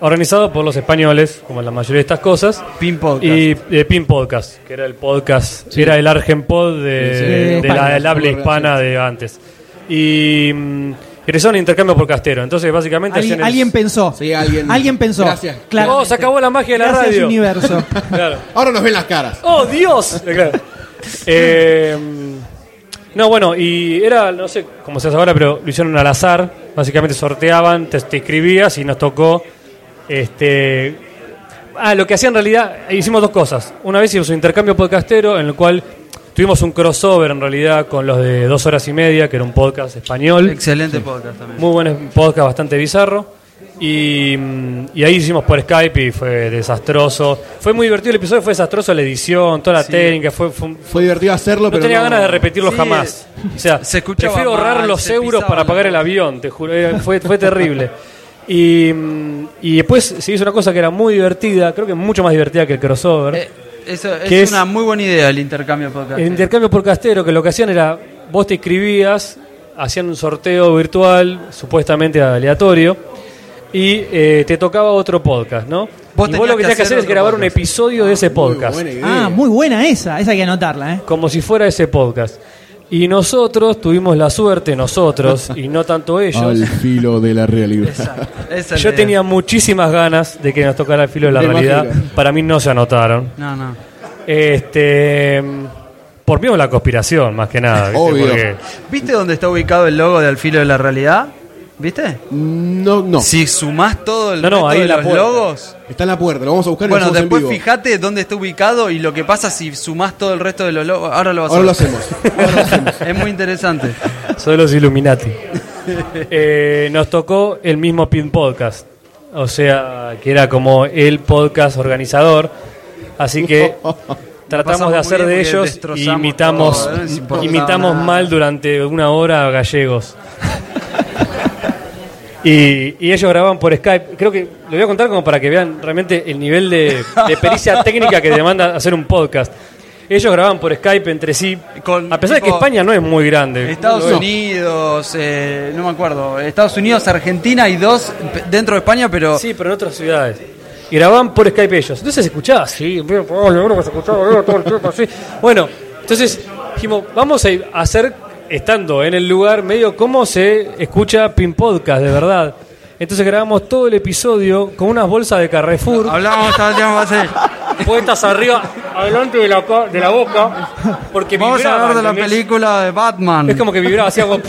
Organizado por los españoles, como la mayoría de estas cosas. Pin Podcast. Y eh, Pin Podcast, que era el podcast, era el Argenpod de, Sí, sí. de España, la, del habla hispana de antes. Y mm, egresó un intercambio podcastero. Entonces, básicamente. Alguien, hacían el- alguien pensó. Sí, alguien- pensó. Gracias. Claramente. Oh, se acabó la magia de la Gracias, radio. universo. Claro. Ahora nos ven las caras. ¡Oh, Dios! Claro. Eh, no, bueno, y era, no sé cómo se hace ahora, pero lo hicieron al azar. Básicamente sorteaban, te, te inscribías y nos tocó. Este, ah, lo que hacía en realidad, hicimos dos cosas. Una vez hicimos un intercambio podcastero en el cual tuvimos un crossover en realidad con los de dos horas y media, que era un podcast español. Excelente podcast también. Muy buen podcast, bastante bizarro. Y, mm, y ahí hicimos por Skype y fue desastroso. Fue muy divertido el episodio, fue desastroso la edición, toda la técnica. Fue, fue un- Fue divertido hacerlo, no pero. tenía ganas de repetirlo Sí, jamás. O sea, se escuchaba prefiero ahorrar mal, los se euros pisaba para la pagar el boca. avión, te juro. eh, Fue, fue terrible. Y, mm, y después se hizo una cosa que era muy divertida, creo que mucho más divertida que el crossover. Eh, eso es, Que es- una muy buena idea el intercambio podcast. eh. El intercambio por castero, que lo que hacían era, vos te escribías, hacían un sorteo virtual, supuestamente aleatorio, y eh, te tocaba otro podcast, ¿no? Vos y vos tenías lo que que tenías que hacer hacer es otro grabar un podcast. episodio de ese Muy podcast, buena idea. Ah, muy buena esa. Esa hay que anotarla, ¿eh? como si fuera ese podcast. Y nosotros tuvimos la suerte, nosotros, y no tanto ellos. Al filo de la realidad. Exacto, esa es Yo la tenía idea. muchísimas ganas de que nos tocara el filo de la Me realidad. imagino. Para mí no se anotaron. No, no. Este, por mí la conspiración, más que nada. ¿viste? Obvio. Porque- ¿Viste dónde está ubicado el logo de Al Filo de la Realidad? ¿Viste? No, no. Si sumás todo el No, no, resto ahí de en la los puerta. logos. Está en la puerta, lo vamos a buscar y lo Bueno, hacemos en después vivo. fíjate dónde está ubicado y lo que pasa si sumás todo el resto de los logos. Ahora lo vas Ahora a lo ver. hacemos. Ahora lo hacemos. es muy interesante. Soy los Illuminati. Eh, nos tocó el mismo Pin Podcast. O sea, que era como el podcast organizador. Así que tratamos Oh, Pasamos de muy hacer bien de porque ellos y destrozamos imitamos, todo, no les importaba imitamos nada. mal durante una hora a gallegos. Y, y ellos grababan por Skype. Creo que lo voy a contar como para que vean realmente el nivel de, de pericia técnica que demanda hacer un podcast. Ellos grababan por Skype entre sí. Con a pesar de que tipo- España no es muy grande. Estados No. Unidos, eh, no me acuerdo. Estados Unidos, Argentina y dos p- dentro de España, pero Sí, pero en otras ciudades. Y grababan por Skype ellos. Entonces se escuchaba así. bien, pobre, uno que se escuchaba, bien, todo el tiempo así. Bueno, entonces dijimos, vamos a ir a hacer, estando en el lugar, medio cómo se escucha Pin Podcast, de verdad. Entonces grabamos todo el episodio con unas bolsas de Carrefour. hablábamos todo el tiempo así. puestas arriba, adelante de la, ca- de la boca, porque Vamos a vibraba, hablar de la ¿entendés? película de Batman. Es como que vibraba, hacía como-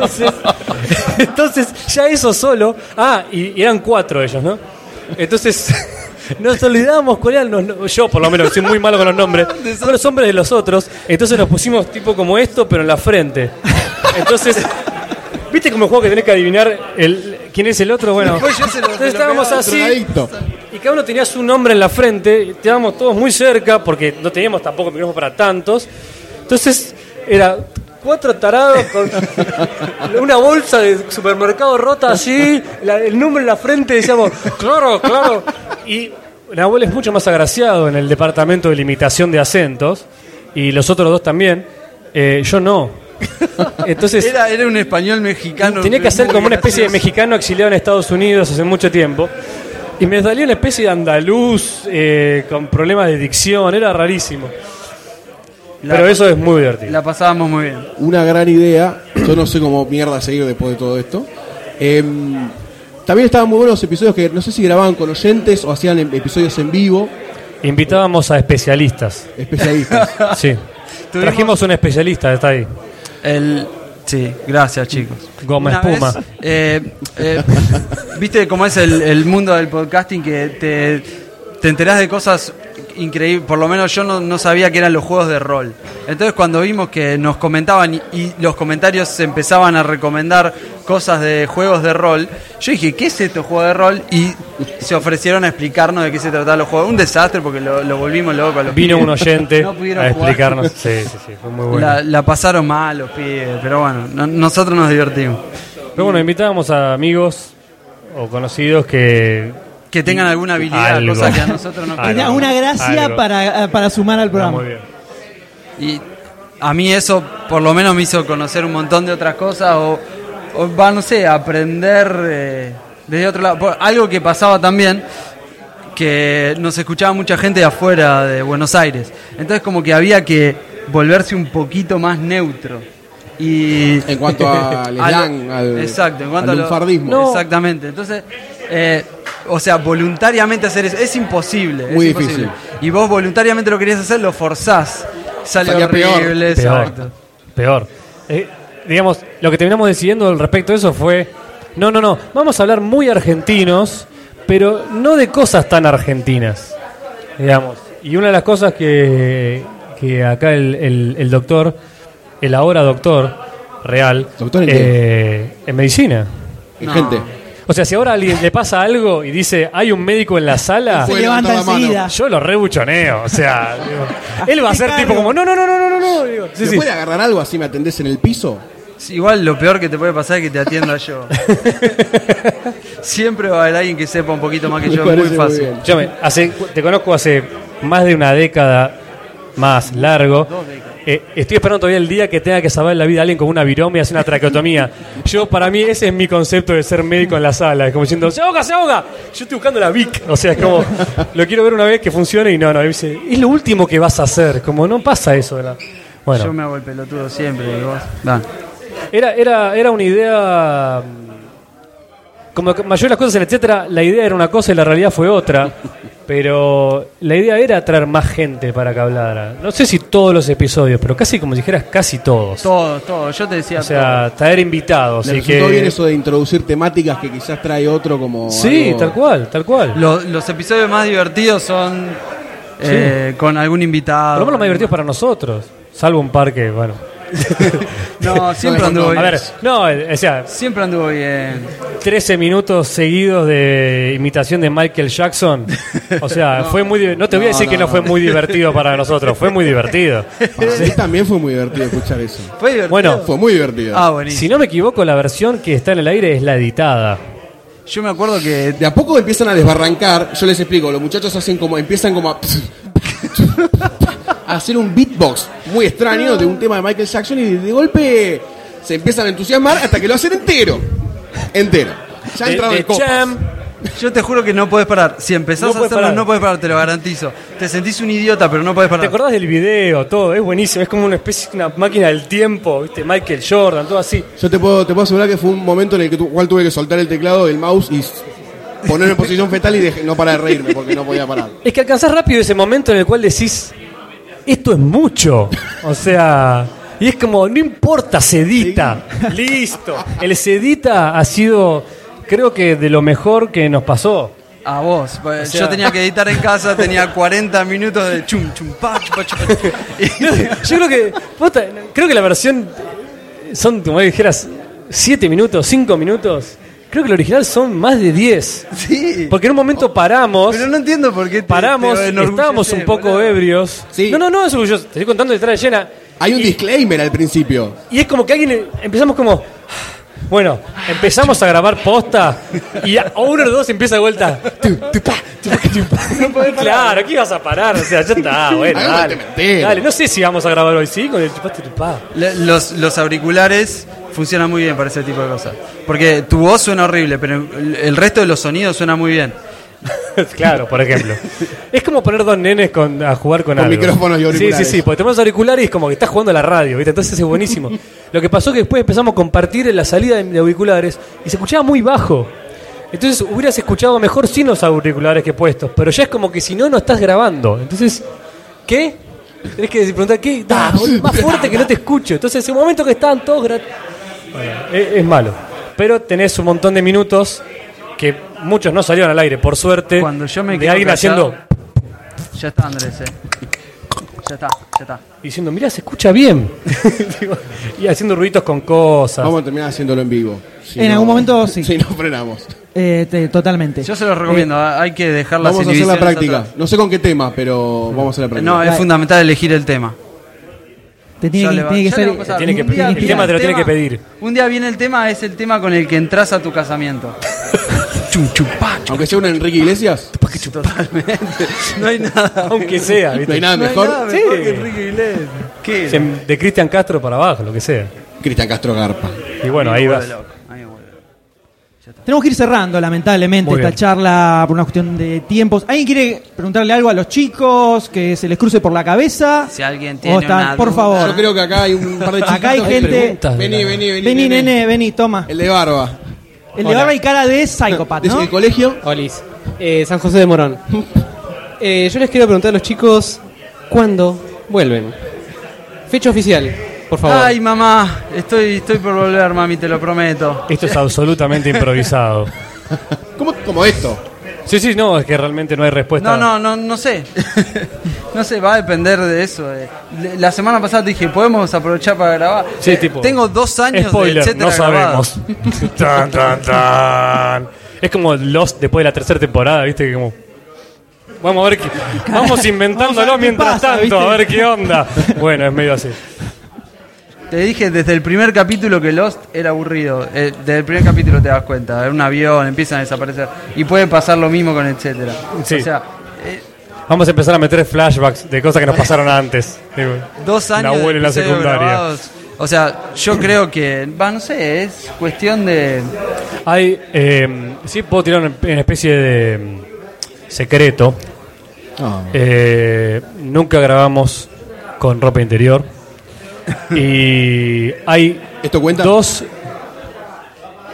entonces, entonces, ya eso solo. Ah, y, y eran cuatro ellos, ¿no? Entonces, nos olvidábamos cuál era. el no- Yo, por lo menos, que soy muy malo con los nombres. Son los hombres de los otros. Entonces nos pusimos tipo como esto, pero en la frente. Entonces. ¿Viste como el juego que tenés que adivinar el, quién es el otro? Bueno, Después yo se lo- entonces se lo estábamos pegaba así. Drogadicto. Y cada uno tenía su nombre en la frente, y estábamos todos muy cerca, porque no teníamos tampoco micrófono para tantos. Entonces, era cuatro tarados con una bolsa de supermercado rota así, la- el número en la frente, y decíamos, claro, claro. Y Nahuel es mucho más agraciado en el departamento de limitación de acentos, y los otros dos también. Eh, yo no. Entonces, Era, era un español mexicano. Tenía que hacer muy como una especie de gracioso. mexicano exiliado en Estados Unidos hace mucho tiempo. Y me salió una especie de andaluz eh, con problemas de dicción, era rarísimo. La- Pero eso es muy divertido. La pasábamos muy bien. Una gran idea. Yo no sé cómo mierda seguir después de todo esto. Em, también estaban muy buenos los episodios que no sé si grababan con oyentes o hacían em- episodios en vivo. Invitábamos a especialistas. Especialistas. Sí. Trajimos un especialista, está ahí. El, sí, gracias chicos. Goma Una espuma. vez, eh, eh, Viste cómo es el, el mundo del podcasting que te, te enterás de cosas increíbles. Por lo menos yo no, no sabía que eran los juegos de rol. Entonces cuando vimos que nos comentaban y, y los comentarios se empezaban a recomendar cosas de juegos de rol, yo dije, ¿qué es esto juego de rol? Y se ofrecieron a explicarnos de qué se trataba los juegos. Un desastre porque lo, lo volvimos loco a los Vino pibes. un oyente No pudieron a jugar. explicarnos. Sí, sí, sí, fue muy bueno. La, la pasaron mal los pibes, pero bueno, no- nosotros nos divertimos. Pero bueno, invitábamos a amigos o conocidos que... Que tengan alguna habilidad, Algo. cosa que a nosotros no Algo. Tenía una gracia Ah, Algo. para, para sumar al Ah, programa. muy bien. Y a mí eso por lo menos me hizo conocer un montón de otras cosas o, o, va, no sé, aprender eh, desde otro lado. Por- algo que pasaba también, que nos escuchaba mucha gente de afuera de Buenos Aires. Entonces como que había que volverse un poquito más neutro. Y En cuanto al A lo- slang, al, exacto, en cuanto al a lo- lunfardismo. No. Exactamente. Entonces, eh, o sea, voluntariamente hacer eso es imposible. es Muy imposible. difícil. Y vos voluntariamente lo querías hacer, lo forzás. Sale Salía peor. horrible, Peor. exacto. Peor. Eh, digamos, lo que terminamos decidiendo al respecto de eso fue, no, no, no, vamos a hablar muy argentinos, pero no de cosas tan argentinas, digamos. Y una de las cosas que, que acá el, el- el doctor, el ahora doctor real, ¿Doctor en eh, en medicina. En No. Eh, Gente. O sea, si ahora a alguien le pasa algo y dice, hay un médico en la sala, Se Fue levanta levantar la mano. enseguida. yo lo rebuchoneo. O sea, digo, él va a Qué ser tipo caro. como, no, no, no, no, no, no, no. digo, sí, ¿Se sí. puede agarrar algo así me atendés en el piso? Sí, Igual lo peor que te puede pasar es que te atienda yo. Siempre va a haber alguien que sepa un poquito más Ah, que Me yo, es parece muy muy fácil. bien. Escuchame, hace- te conozco hace más de una década más largo. Eh, estoy esperando todavía el día que tenga que salvar la vida a alguien con una viroma y hacer una traqueotomía. Yo, para mí, ese es mi concepto de ser médico en la sala. Es como diciendo, ¡se ahoga, se ahoga! Yo estoy buscando la VIC. O sea, es como, lo quiero ver una vez que funcione y no, no. Y dice, es lo último que vas a hacer. Como, no pasa eso. ¿verdad? Bueno. Yo me hago el pelotudo siempre, y vos. Dan. Era, era, era una idea. mm, Como que mayor las cosas, etcétera, la idea era una cosa y la realidad fue otra. Pero la idea era atraer más gente para que hablara. No sé si todos los episodios, pero casi como si dijeras casi todos. Todo, todo. Yo te decía o sea, traer invitados. Le Y resultó que... bien eso de introducir temáticas que quizás trae otro como. Sí, algo- tal cual, tal cual. todo. Lo- Los, episodios más divertidos son eh, con algún invitado. Por lo menos lo más divertido es para nosotros. Salvo un par que, bueno. No, siempre No, anduvo no, A bien. ver, no, eh, o sea, Siempre anduvo bien. 13 minutos seguidos de imitación de Michael Jackson. O sea, fue muy di- no te voy a No, decir que no no, fue no. muy divertido para nosotros, fue muy divertido. Para mí también fue muy divertido escuchar eso. Fue divertido. Bueno, Fue muy divertido. ah, buenísimo. si no me equivoco, la versión que está en el aire es la editada. Yo me acuerdo que De a poco empiezan a desbarrancar, yo les explico, los muchachos hacen como, empiezan como a, a hacer un beatbox muy extraño de un tema de Michael Jackson y de golpe se empiezan a entusiasmar hasta que lo hacen entero. Entero. Ya ha De- entrado de el copas. Cham, yo te juro que no podés parar. Si empezás No a podés hacerlo, parar. no podés parar, te lo garantizo. Te sentís un idiota, pero no podés ¿Te parar. acordás del video? Todo, es buenísimo. Es como una especie de una máquina del tiempo, ¿viste? Michael Jordan, todo así. Yo te puedo, te puedo asegurar que fue un momento en el que tu- cual tuve que soltar el teclado, el mouse y s- ponerme en posición fetal y dejé- no para de reírme porque no podía parar. Es que alcanzás rápido ese momento en el cual decís, esto es mucho. O sea, y es como, no importa, sedita. Listo. El sedita ha sido, creo que, de lo mejor que nos pasó. A vos. pues, O sea- Yo tenía que editar en casa, tenía 40 minutos de chum, chum, pa, chupa, chupa. No, Yo creo que, posta, creo que la versión son, como dijeras, 7 minutos, 5 minutos. Creo que el original son más de 10. Sí. Porque en un momento paramos. Oh, Pero no entiendo por qué te- Paramos, te enorgulleces, estábamos un poco boludo. ebrios. Sí. No, no, no, eso yo te estoy contando de de llena. Hay un Y- disclaimer al principio. Y es como que alguien empezamos como. Bueno, empezamos a grabar posta y a uno de los dos empieza de vuelta. Tu, tu, pa, tu, pa, tu, pa. claro, aquí vas a parar, o sea, ya está, bueno, Hagamos dale. este mentero. Dale, no sé si vamos a grabar hoy, sí, con el chupaste tu pa. Le- Los, los auriculares funcionan muy bien para ese tipo de cosas. Porque tu voz suena horrible, pero el, el resto de los sonidos suena muy bien. claro, por ejemplo. Es como poner dos nenes con, a jugar con, Con algo. micrófonos y Sí, auriculares. sí, sí, porque tenemos auriculares y es como que estás jugando a la radio, ¿viste? Entonces es buenísimo. Lo que pasó es que después empezamos a compartir en la salida de- de auriculares y se escuchaba muy bajo. Entonces hubieras escuchado mejor sin los auriculares que puestos, pero ya es como que si no, no estás grabando. Entonces, ¿qué? Tenés que preguntar, ¿qué? Da, boludo, más fuerte que no te escucho. Entonces, ese momento que estaban todos gra- bueno, es, Eh, es malo. Pero tenés un montón de minutos que muchos no salieron al aire, por suerte. Cuando yo me de quedo alguien callado- haciendo Ya está, Andrés, eh. Ya está, ya está. diciendo, mira, se escucha bien. Digo, y haciendo ruiditos con cosas. Vamos a terminar haciéndolo en vivo. Si En algún momento, sí. Si no frenamos. Eh, te- totalmente. Yo se los recomiendo, Eh, hay que dejar las Vamos a hacer la inhibiciones práctica. atrás. No sé con qué tema, pero vamos a hacer la práctica. No, es Dale. fundamental elegir el tema. Te tiene Ya que, le va- tiene que ya ser- le va a pasar. Tiene que- Un día el viene tema te lo tiene que pedir. Un día viene el tema, es el tema con el que entras a tu casamiento. chum, chum, pa, chum, Aunque sea un Enrique Iglesias, pa, que chum, Totalmente. No hay nada. Aunque sea, no hay ¿viste? nada No hay mejor. nada Sí. mejor que Enrique Iglesias. ¿Qué? Se- De Cristian Castro para abajo, lo que sea. Cristian Castro Garpa. Y bueno, Me ahí vuelve vas. loco, ahí me vuelve loco. Tenemos que ir cerrando, lamentablemente, Muy esta bien. charla por una cuestión de tiempos. ¿Alguien quiere preguntarle algo a los chicos que se les cruce por la cabeza? Si alguien O tiene están- una Por duda. favor. Yo creo que acá hay un par de chicos. Acá hay gente- Preguntas de Vení, la- vení, vení. Vení, nene, vení, toma. El de barba. El de barba y cara de psicópata, Desde ¿no? el colegio. Olis. Eh, San José de Morón. Eh, yo les quiero preguntar a los chicos cuándo vuelven. Fecha oficial, por favor. Ay, mamá, estoy, estoy por volver, mami, te lo prometo. Esto es absolutamente improvisado. ¿Cómo, como esto? Sí, sí, no, es que realmente no hay respuesta. No, no, no, no sé. no sé, va a depender de eso. eh. Le- La semana pasada te dije, podemos aprovechar para grabar. Sí, Eh, tipo, Tengo dos años spoiler, de etcétera no grabado. sabemos. Tan, tan, tan. Es como Lost después de la tercera temporada, ¿viste? Que como... Vamos a ver qué... Vamos Vamos a inventándolo ver qué mientras pasa, tanto, ¿viste? a ver qué onda. Bueno, es medio así. Te dije desde el primer capítulo que Lost era aburrido. Eh, desde el primer capítulo te das cuenta. Era un avión, empiezan a desaparecer. Y puede pasar lo mismo con etcétera. Sí. O sea, eh, Vamos a empezar a meter flashbacks de cosas que nos pasaron antes. Digo, dos la años abuela de en la episodios secundaria. grabados. O sea, yo creo que, va, no sé, es cuestión de... Hay, eh, sí, puedo tirar una una especie de mm, secreto. Eh, nunca grabamos con ropa interior. Y hay ¿Esto cuenta? dos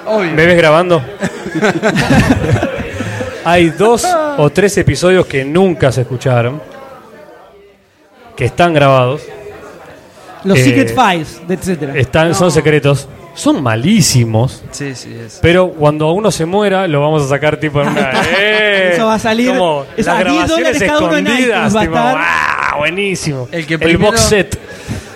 Obvio. bebés grabando. hay dos o tres episodios que nunca se escucharon, que están grabados. Los Eh, Secret Files, etcétera. Están, Son secretos. Son malísimos. Sí, sí, es. Pero cuando uno se muera, lo vamos a sacar tipo en una. ¡eh! Eso va a salir- Como es a las 10 grabaciones dólares cada uno en escondidas. iTunes, va a tipo, estar. ¡ah! Buenísimo. El que primero- box set.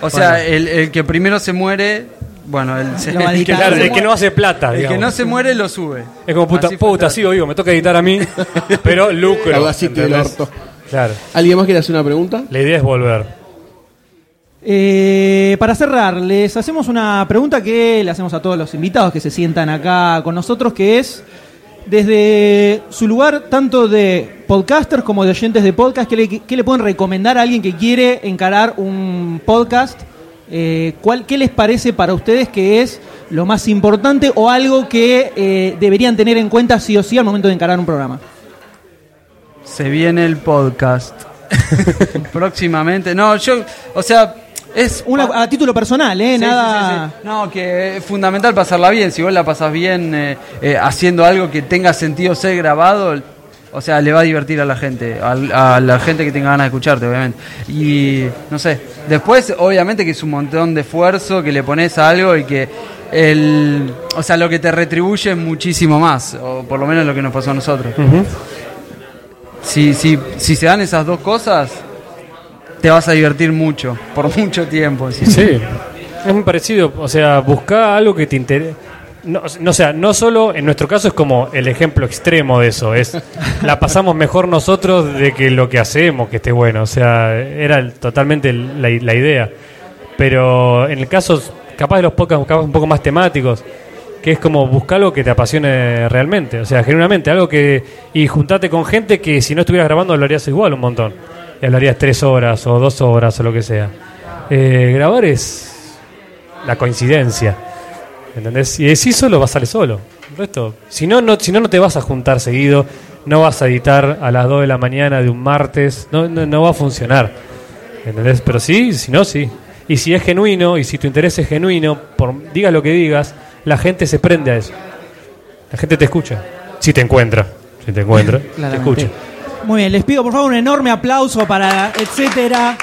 O sea, el, el que primero se muere, bueno, el, Lo va a El que, editar. claro, el que no hace plata. el que digamos. no se muere lo sube. Es como puta, Así fue puta, tal. sigo vivo, me toca editar a mí, pero lucro. La audacity del ¿entendés? orto. Claro. ¿Alguien más quiere hacer una pregunta? La idea es volver. Eh, para cerrar, les hacemos una pregunta que le hacemos a todos los invitados que se sientan acá con nosotros, que es desde su lugar tanto de podcasters como de oyentes de podcast, ¿qué le, qué le pueden recomendar a alguien que quiere encarar un podcast? Eh, ¿cuál, ¿Qué les parece para ustedes que es lo más importante o algo que eh, deberían tener en cuenta sí o sí al momento de encarar un programa? Se viene el podcast. Próximamente. No, yo, o sea, es Una- a título personal, ¿eh? Ah. Sí, Nada... sí, sí, sí. No, que es fundamental pasarla bien. Si vos la pasás bien eh, eh, haciendo algo que tenga sentido ser grabado, o sea, le va a divertir a la gente, al- a, la gente que tenga ganas de escucharte, obviamente. Y no sé, después, obviamente, que es un montón de esfuerzo que le pones a algo y que el. O sea, lo que te retribuye es muchísimo más, o por lo menos lo que nos pasó a nosotros. si, si, si se dan esas dos cosas, te vas a divertir mucho, por mucho tiempo. ¿sí? Sí, es muy parecido. O sea, busca algo que te interese. No, no, o sea, no solo, en nuestro caso es como el ejemplo extremo de eso, es la pasamos mejor nosotros de que lo que hacemos que esté bueno, o sea, era el- totalmente el- la, i- la idea. Pero en el caso, capaz de los podcasts, capaz un poco más temáticos, que es como buscar algo que te apasione realmente, o sea, genuinamente, algo que... Y juntarte con gente que si no estuvieras grabando lo harías igual un montón, y hablarías tres horas o dos horas o lo que sea. Eh, grabar es la coincidencia. ¿Entendés? Si decís solo, va a salir solo. El resto, si no, no, si no, no te vas a juntar seguido, no vas a editar a las 2 de la mañana de un martes, no, no, no va a funcionar. ¿Entendés? Pero sí, si no, sí. Y si es genuino, y si tu interés es genuino, por, digas lo que digas, la gente se prende a eso. La gente te escucha. Si te encuentra. Si te encuentra, te Claramente. escucha. Muy bien, les pido por favor un enorme aplauso para etcétera.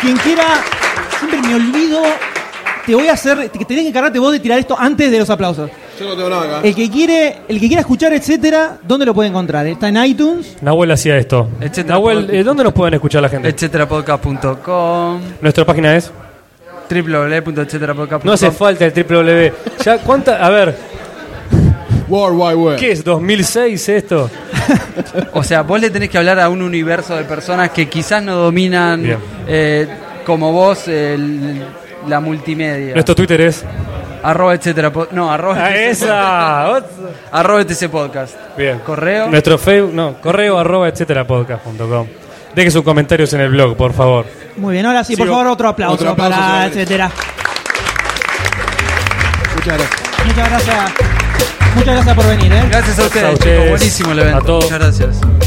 Quien quiera, siempre me olvido, te voy a hacer, que tenés que encargarte vos de tirar esto antes de los aplausos. Yo no tengo nada acá. El que quiere, el que quiera escuchar etcétera, ¿dónde lo puede encontrar? ¿Está en iTunes? Nahuel hacía esto. Etcétera. Nahuel, eh, ¿dónde nos pueden escuchar la gente? etcéterapodcast.com Nuestra página es. www.etcéterapodcast.com No hace falta el www. Ya, ¿cuánta? A ver, World Wide Web. ¿Qué es 2006 esto? O sea, vos le tenés que hablar a un universo de personas que quizás no dominan Bien. eh, como vos el- la multimedia. Nuestro Twitter es. Arroba etcétera po- No, arroba ¡A etcétera- esa! Arroba etcétera podcast. Bien. Correo. Nuestro Facebook, no, correo arroba etcétera podcast.com. Deje sus comentarios en el blog, por favor. Muy bien, ahora sí, por Sí, favor otro aplauso, otro aplauso, para señores. etcétera. Muchas gracias. Muchas gracias, muchas gracias por venir. ¿eh? Gracias a ustedes, a chicos. ustedes, Buenísimo el evento. a todos. Muchas gracias.